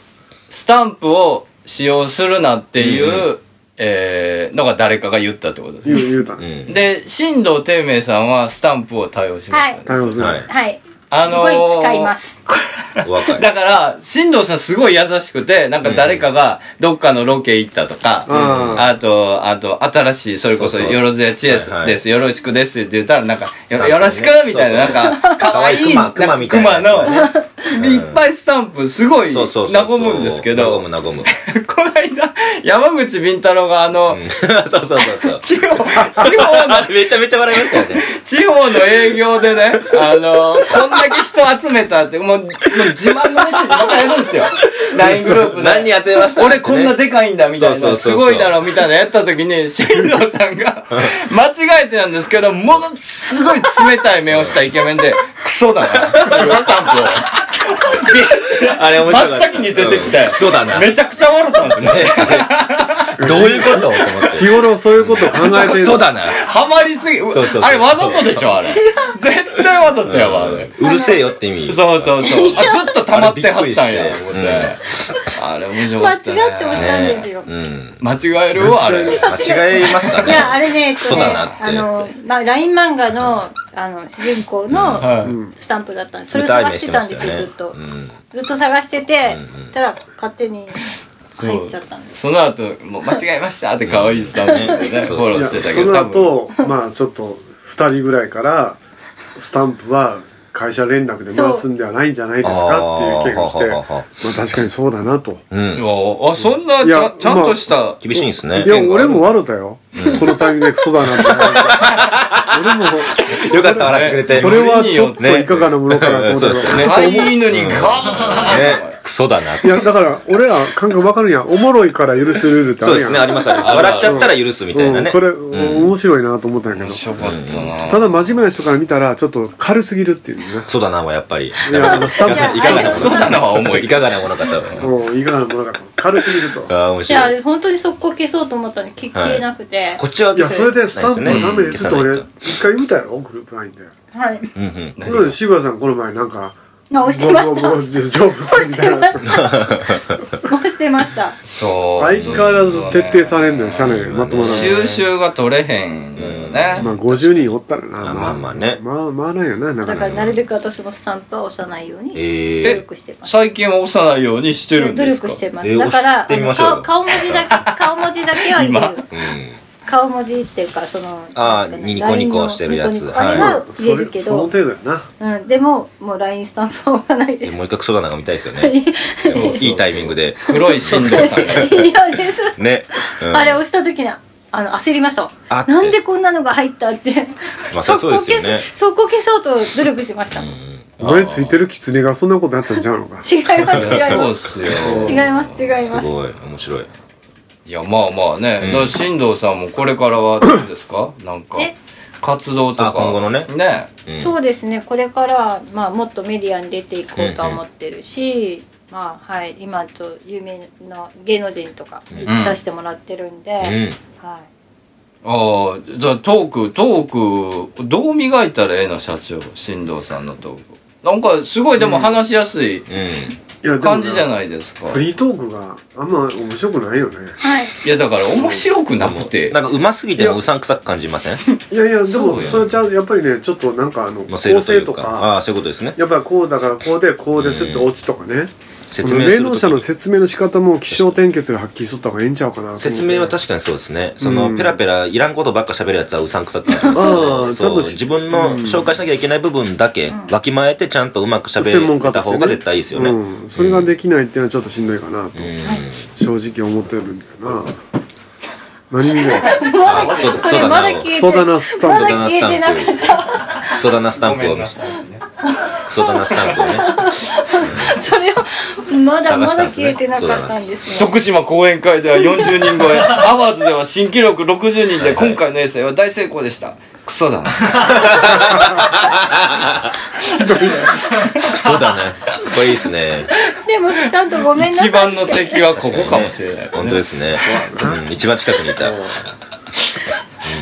Speaker 1: スタンプを使用するなっていう、えーのが誰かが言ったってことです
Speaker 2: 言う
Speaker 1: ね。
Speaker 2: 言うた
Speaker 3: う
Speaker 2: ね
Speaker 3: ん
Speaker 1: で、新藤天明さんはスタンプを多用しましたね。
Speaker 2: 対応する、
Speaker 3: はい
Speaker 4: はい。
Speaker 1: あ
Speaker 4: すごい使います。
Speaker 3: お若い
Speaker 1: だから、新藤さんすごい優しくて、なんか誰かがどっかのロケ行ったとか、
Speaker 2: うん
Speaker 1: あと、あと、新しい、それこそ、
Speaker 3: そうそう
Speaker 1: よろずやちえです、
Speaker 3: はいはい
Speaker 1: よろしくですって言ったら、なんか、
Speaker 3: スタンプ
Speaker 1: よ
Speaker 3: ね
Speaker 1: よろしくみたいな、
Speaker 3: そう
Speaker 1: なんか、かわいい、
Speaker 3: 可愛い熊
Speaker 1: な
Speaker 3: 熊
Speaker 1: んか
Speaker 3: みたいな
Speaker 1: 熊の、
Speaker 3: ん
Speaker 1: でいっぱいスタンプ、すごい、
Speaker 3: そうそうそう
Speaker 1: 和
Speaker 3: そう
Speaker 1: むんですけど、
Speaker 3: 和む和 む
Speaker 1: この間、山口敏太郎があの、
Speaker 3: うんそうそうそうそう
Speaker 1: 地方、地方の
Speaker 3: あ めちゃめちゃ笑いましたよね。
Speaker 1: 地方の営業でね、あのこんだけ人集めたって、もう、もう自慢のメッセージばっかりやるん ですよ。LINE グループ
Speaker 3: 何
Speaker 1: で。
Speaker 3: 人集めました
Speaker 1: 俺こんな
Speaker 3: で
Speaker 1: でかいんだみたい
Speaker 3: そうそ
Speaker 1: な、
Speaker 3: うそう
Speaker 1: す
Speaker 3: そう
Speaker 1: ごいだろみたいなやった時に、 新藤さんが、間違えてなんですけど、ものすごい冷たい目をしたイケメンで、クソだな、スタンプあれ面白かった。真っ先に出てきて、
Speaker 3: そうだな。
Speaker 1: めちゃくちゃ笑ったんですよ。
Speaker 3: どういうことと思っ て。
Speaker 2: 日頃そういうことを考えてる
Speaker 3: そうだな。
Speaker 1: ハマりすぎ、
Speaker 3: うそうそう
Speaker 1: あれわざとでしょ、あれ。絶対わざとやわ、あれ。
Speaker 3: うるせえよって意味。
Speaker 1: そうそうそう。あずっと溜まってはったん
Speaker 3: あれび
Speaker 1: や
Speaker 3: っくりして
Speaker 1: 思って。あれ面白
Speaker 4: 間
Speaker 1: か
Speaker 4: 違
Speaker 1: った、ね。
Speaker 4: ってもしたんですよ。
Speaker 3: うん。
Speaker 1: 間違えるわ、あれ。
Speaker 3: 間違えますか
Speaker 4: いや、あ
Speaker 3: ね。
Speaker 4: れね、えっと
Speaker 3: そう
Speaker 4: ね
Speaker 3: だなって
Speaker 4: あの、ま、ライン漫画の、あの、主人公の
Speaker 1: はい
Speaker 4: スタンプだったんです。それを探してたんです
Speaker 3: 冷い
Speaker 4: よ、
Speaker 3: 目
Speaker 4: ずってと
Speaker 3: まし。たよね
Speaker 4: ずっと探してて
Speaker 3: うんうん、
Speaker 4: たら勝手に
Speaker 1: そう
Speaker 4: 入っちゃったんです。
Speaker 1: その後、もう間違えましたって可愛いスタンプで
Speaker 3: う
Speaker 1: ね、
Speaker 3: ん
Speaker 1: フォロ
Speaker 2: い
Speaker 1: ー
Speaker 2: や
Speaker 1: してた
Speaker 2: そ
Speaker 1: けど。
Speaker 2: の後まあちょっと2人ぐらいからスタンプは会社連絡で回すんではないんじゃないですかっていう意見が来て
Speaker 3: あーはははは
Speaker 2: まあ確かにそうだなと
Speaker 3: うん。う
Speaker 1: 多
Speaker 3: ん。
Speaker 1: 分あ、そんな、
Speaker 2: い
Speaker 1: ち
Speaker 2: や
Speaker 1: ゃんちゃんとした。
Speaker 3: 厳しいんですね
Speaker 2: い。や俺も悪だよ、このタイミングでクソだなって思って俺 も
Speaker 3: よかった、笑ってくれて。
Speaker 2: これはちょっといかがなものかなと思って
Speaker 3: ねそうですよね
Speaker 1: 可愛いのに、か
Speaker 3: ね、クソだな。
Speaker 2: いやだから俺ら感覚わかるやんおもろいから許すルールってあ
Speaker 3: そう
Speaker 2: る
Speaker 3: で
Speaker 2: や
Speaker 3: す
Speaker 2: ん
Speaker 3: ね、ありますあります。笑っちゃったら許すみたいな
Speaker 2: う
Speaker 3: ね
Speaker 2: ん、こ。れ、
Speaker 3: ん
Speaker 2: 面白いなと思ったんやけ
Speaker 1: 面
Speaker 2: ど
Speaker 1: 白かったな。
Speaker 2: ただ真面目な人から見たらちょっと軽すぎるっていうね
Speaker 3: クソだなはやっぱり。
Speaker 2: いやあのスタン
Speaker 3: いか
Speaker 2: プ
Speaker 4: い
Speaker 3: がなもの
Speaker 4: や
Speaker 3: か
Speaker 1: クソだなは重い
Speaker 3: いかがなものかと。
Speaker 2: もういかがなものかと軽すぎると
Speaker 3: ああ、面
Speaker 4: いや、あ
Speaker 3: 白い。
Speaker 4: れ本当に速攻消そうと思ったのに、消消えなくて。
Speaker 3: こっちはい
Speaker 2: やそれでスタンプのためにちょっと
Speaker 3: う
Speaker 2: 俺
Speaker 3: ん
Speaker 2: 一回見たやろグループラインで
Speaker 4: はい。
Speaker 3: うんうん。
Speaker 1: 何
Speaker 2: うん渋谷さんこの前なんか
Speaker 4: あ、押してました。
Speaker 2: ゴゴゴ成仏みたいなやつ
Speaker 4: 押してました。
Speaker 1: そう。
Speaker 2: 相変わらず徹底されんのよ社内まともなの
Speaker 1: 収集が取れへんのよね。
Speaker 2: まあ50人おったらな
Speaker 3: あまあまあね
Speaker 2: まあまあないよななかな
Speaker 4: だ
Speaker 2: か
Speaker 4: からなるべく私もスタンプは押さないように
Speaker 3: え
Speaker 4: 努
Speaker 3: え。
Speaker 4: 力してます。
Speaker 1: 最近は押さないようにしてるん
Speaker 4: 努
Speaker 1: ですか
Speaker 4: 力してま
Speaker 3: え
Speaker 4: す。だか
Speaker 3: 押
Speaker 4: ら、
Speaker 3: してみましょうよ
Speaker 4: あの顔顔文字だけ、顔文字だけは入れる。
Speaker 3: うん。
Speaker 4: 顔文字っていうか、その、
Speaker 3: あー
Speaker 4: なんていう
Speaker 3: ニ
Speaker 4: か
Speaker 3: コ
Speaker 4: ね
Speaker 3: ニコしてるやつ
Speaker 4: ニコニコあれは入れるけ
Speaker 2: それその
Speaker 4: ど、
Speaker 2: 程度やな
Speaker 4: うん、でも、もう LINE スタンプは押さないで。
Speaker 3: ですもう一回クソだなが見たいですよ ね。
Speaker 1: そう
Speaker 3: いいタイミングで。
Speaker 1: 黒い振動さんが。
Speaker 4: 嫌です。
Speaker 3: ね。うん
Speaker 4: あれ押した時に、あの、焦りました
Speaker 3: あっ。て
Speaker 4: なんでこんなのが入ったって。
Speaker 3: まあそりゃそうですよね
Speaker 4: そこ消すそこ消そうと努力しました。違い
Speaker 2: お前ついてるキツネがそんなことやったんちゃうのか
Speaker 4: ます、違い
Speaker 1: そう
Speaker 4: ま
Speaker 1: っ
Speaker 4: す。
Speaker 1: すよ。
Speaker 4: 違います、違います
Speaker 3: す。ごい。面白い。
Speaker 1: いや、まあまあね。だから新藤さんもこれからはどうです かなんか
Speaker 4: え。
Speaker 1: 活動と
Speaker 3: あ
Speaker 1: か。
Speaker 3: 今後のね
Speaker 1: ね。
Speaker 3: うん
Speaker 4: そうですねこれからは、まあ、もっとメディアに出ていこうとは思ってるし、まあはい、今と有名な芸能人とか見させてもらってるんで、
Speaker 3: うん。
Speaker 4: は
Speaker 1: ああ、じゃあトーク、トーク、どう磨いたらええの、社長。新藤さんのトーク。なんか、すごいでも話しやすい
Speaker 3: うん。
Speaker 2: いやでも
Speaker 1: 感じじゃないですか。
Speaker 2: フリートークがあんま面白くないよね
Speaker 4: い、はい、
Speaker 1: いや、だから面白くなくて
Speaker 3: な。んかうますぎてもうさんくさく感じません
Speaker 2: いやいやで
Speaker 1: そう
Speaker 2: も
Speaker 1: やん
Speaker 2: それちゃうやっぱりねちょっとなんかあの
Speaker 3: 乗
Speaker 2: 構
Speaker 3: せるとい
Speaker 2: 成
Speaker 3: う
Speaker 2: と
Speaker 3: か。
Speaker 2: か
Speaker 3: ああー、そういうことですね。
Speaker 2: やっぱりこうだからこうでこうですってオチとかねこ
Speaker 3: 説
Speaker 2: の
Speaker 3: 明す
Speaker 2: 霊
Speaker 3: る
Speaker 2: 能
Speaker 3: とき
Speaker 2: 者の説明の仕方も気象転結で発揮しとった方がええんちゃうかなと思って
Speaker 3: 説明は確かにそうですね。その、
Speaker 2: うん
Speaker 3: ペラペラいらんことばっか喋るやつはうさんくさくなります
Speaker 2: ああ
Speaker 3: そう
Speaker 2: ちゃんとし
Speaker 3: 自分の紹介しなきゃいけない部分だけわきまえてちゃんとうまく喋
Speaker 2: 専門家
Speaker 3: れ
Speaker 2: と
Speaker 3: た
Speaker 2: して
Speaker 3: 方
Speaker 2: ね
Speaker 3: が絶対いいですよね。
Speaker 2: うん、それができないっていうのはちょっとしんどいかなと、
Speaker 3: う
Speaker 2: 正直思ってるんだよな何見ない
Speaker 3: あそ
Speaker 4: それまだ消え
Speaker 3: ク
Speaker 4: て
Speaker 2: ソダナスタ
Speaker 4: ま
Speaker 2: ン
Speaker 4: だ
Speaker 2: プ
Speaker 4: 消えてなかった
Speaker 3: ソダナスタンプを見せクソダナスタンプをね。
Speaker 4: それをまだ
Speaker 3: 探
Speaker 4: ま
Speaker 3: したん
Speaker 4: だ
Speaker 3: ですね
Speaker 4: 消えてなかったんですね
Speaker 1: 徳島講演会では40人 超え、アワーズでは新記録60人で、今回の衛星は大成功でした。クソだな。
Speaker 3: クソだね。これいいですね。
Speaker 4: でもちゃんとごめんなさい
Speaker 1: 一番の敵はここかもしれない。
Speaker 3: 本当ですね。うん一番近くにいた。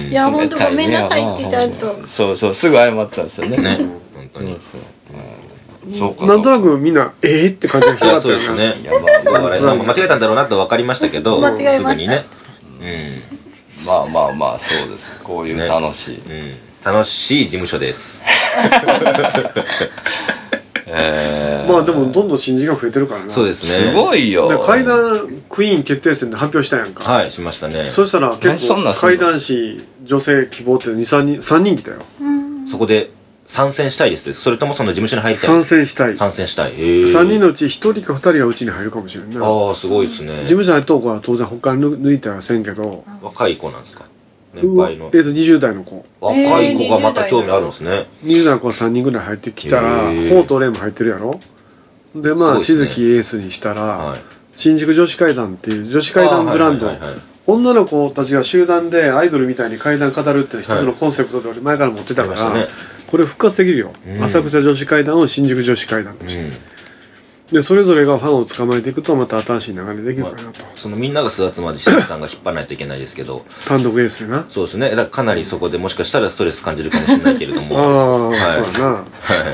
Speaker 4: いや本当ごめんなさいってちゃんと
Speaker 1: そうそう、すぐ謝ったんですよね。
Speaker 3: ね。本当に。
Speaker 1: そう。うんそうか。
Speaker 2: なんとな
Speaker 1: く。
Speaker 2: くみんなえー、って感じが
Speaker 3: い
Speaker 2: 広が
Speaker 3: や、
Speaker 2: った
Speaker 3: そう
Speaker 2: よ
Speaker 3: です
Speaker 2: ね
Speaker 3: ね。
Speaker 1: やば
Speaker 3: だから、まあ間違えたんだろうなと分かりましたけど、
Speaker 4: 間違え
Speaker 3: すぐ
Speaker 4: ました
Speaker 3: にね。うん。
Speaker 1: まあまあまあ、そうです。こういう楽しい。
Speaker 3: うん。楽しい事務所です。
Speaker 2: まあでもどんどん新人が増えてるからな
Speaker 3: そうですね。
Speaker 1: すごいよ。
Speaker 2: で階段クイーン決定戦で発表したやんか、
Speaker 3: はい、しましたね。
Speaker 2: そしたら
Speaker 1: 何
Speaker 2: 結
Speaker 1: そんなん
Speaker 2: 構
Speaker 1: すんの
Speaker 2: 階段師女性希望って23人3人来たよ
Speaker 3: そこで参戦したいです。それともその事務所に入りたい
Speaker 2: 参戦したい
Speaker 3: 参戦したい。へえ。
Speaker 2: 3人のうち1人か2人がうちに入るかもしれんない事
Speaker 3: ああ、すごいですね。
Speaker 2: 務所入っとう子は当然他に抜いてはせんけど
Speaker 3: 若い子なんですか年
Speaker 2: うわえ
Speaker 3: 配
Speaker 2: っ、
Speaker 3: の
Speaker 2: と。20代の子
Speaker 3: 若い子がまた興味あるんですね。
Speaker 2: 20代の子は3人ぐらい入ってきたら
Speaker 3: へー
Speaker 2: ほうとうれいも入ってるやろでまあ
Speaker 3: そう
Speaker 2: 静
Speaker 3: ですね
Speaker 2: 木エースにしたら、
Speaker 3: はい。
Speaker 2: 新宿女子階段っていう女子階段ブランド
Speaker 3: あーはいはいはいはい
Speaker 2: 女の子たちが集団でアイドルみたいに階段語るっていうのは一つのコンセプトで俺前から持ってたから、
Speaker 3: ありましたね
Speaker 2: これ復活できるよ、
Speaker 3: うん
Speaker 2: 浅草女子階段を新宿女子階段として、
Speaker 3: うん
Speaker 2: でそれぞれがファンを捕まえていくとまた新しい流れできるかなと、
Speaker 3: そのみんなが育つまで清水さんが引っ張らないといけないですけど、
Speaker 2: 単独エースでな
Speaker 3: そうですね。だからかなりそこでもしかしたらストレス感じるかもしれないけれど も。
Speaker 2: ああ、
Speaker 3: はい
Speaker 2: そうだな
Speaker 3: はい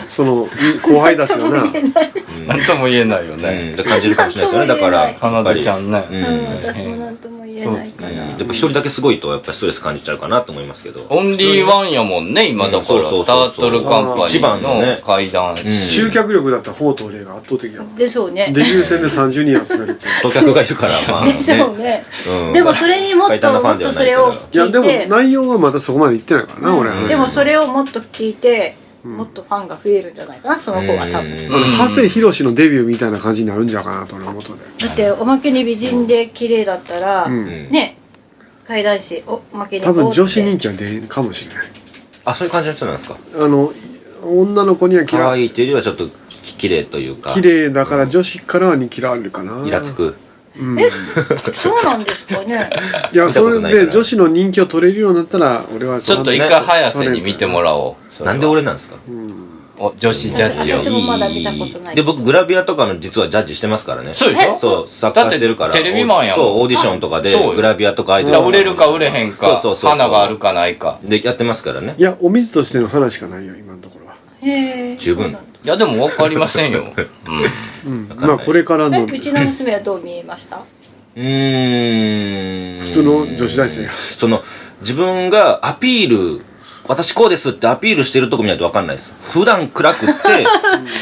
Speaker 2: その後輩たち がな
Speaker 3: うん
Speaker 1: なんとも言えないよ
Speaker 3: う
Speaker 1: ね
Speaker 3: ん。だから感じるかもしれないですよね。 だから、や
Speaker 1: 花
Speaker 3: っぱ
Speaker 1: 田
Speaker 3: り。
Speaker 1: ちゃんね。
Speaker 3: うん
Speaker 4: うん、私も何とも言えないか
Speaker 3: うん
Speaker 4: ら
Speaker 3: やっぱ一人だけすごいと、やっぱりストレス感じちゃうかなと思いますけど。
Speaker 1: オンリーワンやもんね、今だから。タ
Speaker 3: うんそうそうそう
Speaker 1: ー
Speaker 3: そう
Speaker 1: トルカンパニ
Speaker 3: 一番
Speaker 1: ー
Speaker 3: のね
Speaker 1: の階段。
Speaker 2: 集客力だったら宝刀霊が圧倒的やわ
Speaker 4: でしょうね
Speaker 2: デビュー戦で30人集めるって
Speaker 3: 顧客がいるから、ま あ。
Speaker 4: でしょうね
Speaker 3: うん
Speaker 4: でもそれにもっ
Speaker 3: 階段
Speaker 4: と
Speaker 3: のファン
Speaker 4: もっ
Speaker 3: では
Speaker 4: と
Speaker 3: な
Speaker 4: そ
Speaker 3: いけ
Speaker 4: れ
Speaker 3: ど
Speaker 4: を
Speaker 2: い
Speaker 4: 聞
Speaker 2: や
Speaker 4: い
Speaker 2: でも
Speaker 4: て
Speaker 2: 内容はまだそこまでいってないからな、俺は
Speaker 4: でもそれをもっと聞いてもっとファンが増えるんじゃないかなその方が多分
Speaker 2: あの長谷博士のデビューみたいな感じになるんじゃうかなと俺は思ったんだよ
Speaker 4: だっておまけに美人で綺麗だったら、
Speaker 2: うん
Speaker 3: うん
Speaker 4: ね怪談師おまけに
Speaker 2: 多分女子人
Speaker 4: に
Speaker 2: 気は出るかもしれない
Speaker 3: あ、そういう感じの人なんですか。
Speaker 2: あの女の子には
Speaker 3: 可
Speaker 2: 嫌い
Speaker 3: 愛いというよりはちょっとき綺麗というか。
Speaker 2: 綺。麗だから女子からはに嫌われるかな
Speaker 3: イラつく。
Speaker 2: うん、
Speaker 4: えそうなんですかね
Speaker 2: いや
Speaker 3: 見た
Speaker 2: そ
Speaker 3: こと
Speaker 2: れ
Speaker 3: ないから
Speaker 2: で女子の人気を取れるようになったら俺は
Speaker 1: ちょっと一回早瀬に見てもらおうそれ
Speaker 3: な
Speaker 1: は。
Speaker 3: んで俺なんですか
Speaker 1: お女子ジャッジ
Speaker 4: 私
Speaker 1: を。
Speaker 4: もまだ見たことない
Speaker 3: で、僕、グラビアとかの実はジャッジしてますからね。
Speaker 1: そうでしょ
Speaker 3: そう、作家してるか
Speaker 1: だ
Speaker 3: ら。
Speaker 1: ってテレビマンやもん
Speaker 3: そう、オーディションとか
Speaker 1: あ
Speaker 3: で
Speaker 1: そうよ、
Speaker 3: グラビアとかアイド
Speaker 1: だ
Speaker 3: ル
Speaker 1: から
Speaker 3: とか。
Speaker 1: 売れるか売れへんか、
Speaker 3: そうそうそうそう
Speaker 1: 花があるかないか。
Speaker 3: で、やってますからね
Speaker 2: い。やお水としての花しかないよ今のところは、
Speaker 4: へえ
Speaker 3: 十分
Speaker 4: そうなんだ
Speaker 1: いや、でも分かりません よ。
Speaker 2: うん、
Speaker 3: かんな
Speaker 2: ま
Speaker 3: い
Speaker 2: あこれから
Speaker 4: え
Speaker 2: の
Speaker 4: うちの娘はどう見えました
Speaker 3: うーん。
Speaker 2: 普通の女子大生
Speaker 3: その、自分がアピール、私こうですってアピールしてるとこ見ないとわかんないです。普段暗くって、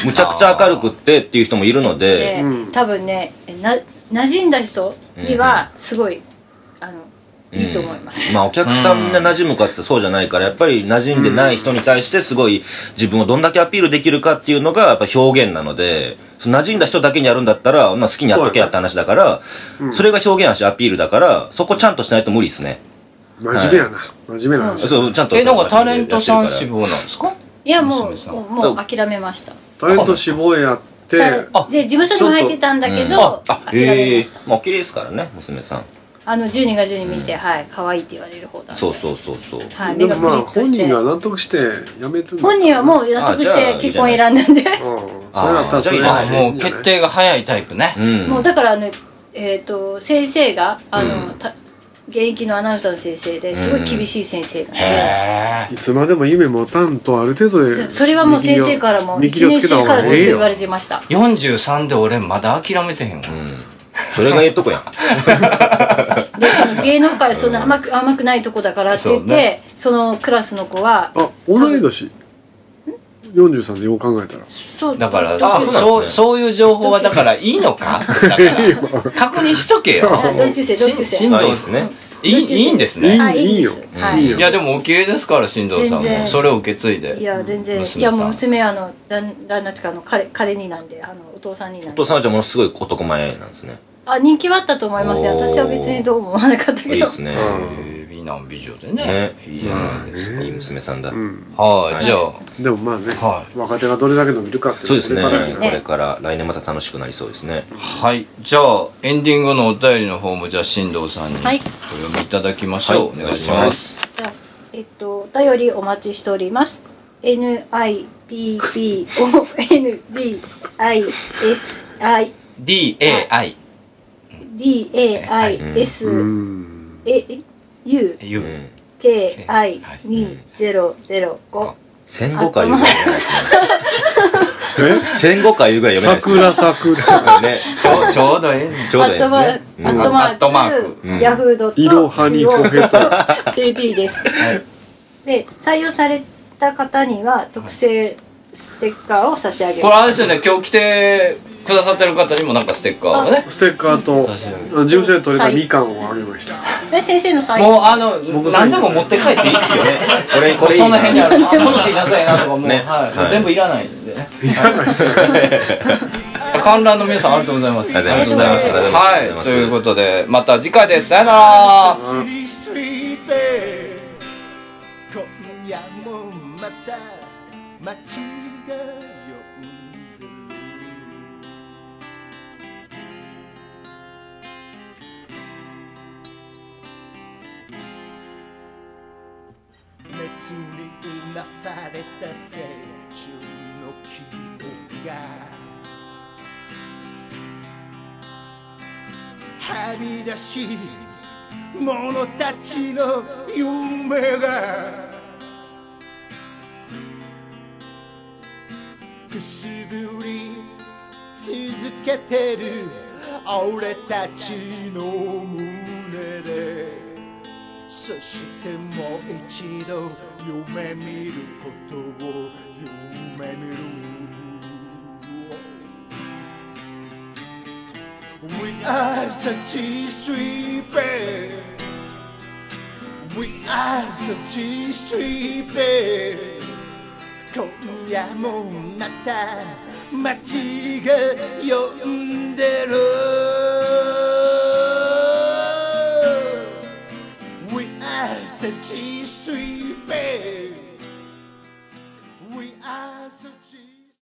Speaker 3: むちゃくちゃ明るくってっていう人もいるの
Speaker 4: で、
Speaker 3: で、
Speaker 2: うん
Speaker 4: 多分ねえな馴染んだ人にはすごい、あのいいと思います、
Speaker 3: まあお客さんで馴染むかって言ったらそうじゃないから、やっぱり馴染んでない人に対してすごい自分をどんだけアピールできるかっていうのがやっぱ表現なので、その馴染んだ人だけにやるんだったら、まあ好きにやっとけやって話だから、そ,、れが表現やしアピールだから、そこちゃんとしないと無理ですね。
Speaker 2: 真面目やな、真面目な話
Speaker 3: そう、ちゃんと。
Speaker 1: え、なんかタレントさん
Speaker 3: 志
Speaker 1: 志
Speaker 3: 望
Speaker 1: 望なんですか
Speaker 4: いやも
Speaker 1: 娘さ
Speaker 4: うんもうもう諦めました
Speaker 2: タレント志望やって
Speaker 1: あ
Speaker 4: で事務所にも入ってたんだけ
Speaker 3: うん
Speaker 4: ど、
Speaker 3: あ、
Speaker 4: 諦
Speaker 3: へ
Speaker 4: めま
Speaker 3: え
Speaker 4: した、。
Speaker 3: まあ、お綺麗ですからね、娘さん。
Speaker 4: あの10人が10人見て、はい可愛いって言われる方だ
Speaker 3: そう
Speaker 4: う
Speaker 3: そうそうそう。
Speaker 4: はい
Speaker 2: で
Speaker 4: 目が
Speaker 2: も
Speaker 4: ク
Speaker 2: ま
Speaker 4: リ
Speaker 2: あ
Speaker 4: ッと
Speaker 2: 本
Speaker 4: して
Speaker 2: 人が納得して辞める
Speaker 4: 本人はもう納得
Speaker 3: あじ
Speaker 4: し
Speaker 3: ゃ
Speaker 4: て
Speaker 3: あ
Speaker 4: 結婚選んだんで
Speaker 2: うんそれだったらそれ
Speaker 3: い
Speaker 2: で
Speaker 3: や
Speaker 1: あもう決定が早いタイプね。
Speaker 3: うん。
Speaker 4: もうだからあの、えっと先生があの、
Speaker 3: うん
Speaker 4: た現役のアナウンサーの先生ですごい厳しい先生なんで、
Speaker 1: へ
Speaker 2: いつまでも夢持たんとある程度
Speaker 4: そ
Speaker 2: で
Speaker 4: それはもう先生からも
Speaker 2: 見切り
Speaker 4: 1
Speaker 2: を見
Speaker 4: 年
Speaker 2: 切りをつけ
Speaker 4: 生
Speaker 2: た方
Speaker 4: から
Speaker 2: が
Speaker 4: ず
Speaker 2: え
Speaker 4: っと
Speaker 2: え
Speaker 4: 言
Speaker 2: よ
Speaker 4: われてました
Speaker 1: え。43で俺まだ諦めてへんわ。
Speaker 3: うん。それがええとこやん。
Speaker 4: でその芸能界はそんな甘く甘くないとこだからって言っ
Speaker 1: そ
Speaker 4: て
Speaker 1: うね
Speaker 4: そのクラスの子は
Speaker 2: あ同い年43でよう考えたら
Speaker 4: そう
Speaker 1: だから、
Speaker 3: あ
Speaker 1: そう
Speaker 3: そ
Speaker 1: そ
Speaker 3: うなんですね
Speaker 1: う、そういう情報はだからいいのか だから確認しとけよ。
Speaker 4: あ同級生同級
Speaker 1: しん
Speaker 4: 生
Speaker 1: ど
Speaker 3: あいい
Speaker 1: い
Speaker 3: ですね。
Speaker 1: いい、いいんです
Speaker 2: い
Speaker 1: ね。
Speaker 4: あ
Speaker 2: いいいよ
Speaker 4: ですはいい
Speaker 2: いいよ
Speaker 1: いや、でもお綺麗ですから、進藤さん
Speaker 4: 全
Speaker 1: も。
Speaker 4: 然
Speaker 1: それを受け継いで。
Speaker 4: いや全然
Speaker 1: 娘さん
Speaker 4: いやもう娘あの旦旦那とかの彼彼になんであのお父さんにな
Speaker 3: お
Speaker 4: んで
Speaker 3: 父さんはじゃあものすごい男前なんですね。
Speaker 4: あ人気はあったと思いますね
Speaker 3: おー
Speaker 4: 私は別にどうも思わなかった
Speaker 3: いい
Speaker 4: け
Speaker 3: で
Speaker 4: ど
Speaker 3: すね。
Speaker 1: えー美男美女でね
Speaker 3: ね。
Speaker 1: いいじゃないです
Speaker 3: いい娘さんだ。
Speaker 2: うん
Speaker 1: か。は
Speaker 3: はい
Speaker 1: い、じゃあ。
Speaker 2: でもまあね、
Speaker 1: は
Speaker 2: 若手がどれだけ伸びるかって
Speaker 3: そうですね。
Speaker 2: こ
Speaker 3: こ
Speaker 2: れから
Speaker 4: す
Speaker 2: や
Speaker 4: ね
Speaker 3: れから来年また楽しくなりそうですね。
Speaker 1: はい。じゃあ、エンディングのお便りの方も、じゃあ、進藤さんにお
Speaker 4: はい
Speaker 1: 読みいただきましょう。
Speaker 3: は
Speaker 1: お
Speaker 3: い
Speaker 1: 願いします。
Speaker 4: じゃあえっと、お便りお待ちしております。N. I. P. P. O. N. B. I. S. I.
Speaker 1: DAI。
Speaker 4: D. A. I. S.
Speaker 2: うん
Speaker 4: え。U.
Speaker 1: 言
Speaker 3: う。
Speaker 1: うん
Speaker 4: K. I. 二ゼロゼロ五。
Speaker 3: 戦後か言うぐらい読めないですね。
Speaker 2: え
Speaker 3: 戦後か言うぐらい読めない
Speaker 2: 桜桜
Speaker 3: ですね。
Speaker 1: ちょうちょうどええね。
Speaker 3: ちょうどいいです
Speaker 4: ア
Speaker 3: ね
Speaker 4: ッ。
Speaker 3: う
Speaker 4: ト
Speaker 1: ん
Speaker 3: ん
Speaker 4: マーク。アットマー
Speaker 3: うん
Speaker 4: ク。ヤフードット。
Speaker 2: いろはにこへと
Speaker 4: JP です。で、採用された方には特製ステッカーを差し上げ
Speaker 1: これ
Speaker 4: ま
Speaker 1: あれですよね、今日来てくださってる方にもなんかステッカーをね。
Speaker 2: ステッカーと
Speaker 1: 差し上げ
Speaker 2: 事務所で取れたみかんをあげました
Speaker 4: す。で、先生の採
Speaker 1: も
Speaker 4: 用。
Speaker 1: うあの、何でも持って帰っていいっ すよね。
Speaker 3: これ、これいい
Speaker 1: その辺にあ
Speaker 3: な。
Speaker 1: る。あこの T シャツやなとかもう、
Speaker 3: ね
Speaker 1: はい、
Speaker 3: はい
Speaker 1: 全部いらない んでね。はい観覧の皆さんありがとうございます。
Speaker 3: ありがとうございますありがとう
Speaker 1: は
Speaker 3: ございま
Speaker 1: い、
Speaker 3: す
Speaker 1: ということで、また次回です。さよなら。
Speaker 9: City Street Band 今夜もまた街が呼んでる熱にうなされた青春の記憶が
Speaker 7: はみ出し者たちの夢がくすぶり続けてる俺たちの胸でそしてもう一度夢見ることを夢見る We are the G Street Band. We are the G Street Band. 今夜もまた街が呼んでる。We are the G Street Band.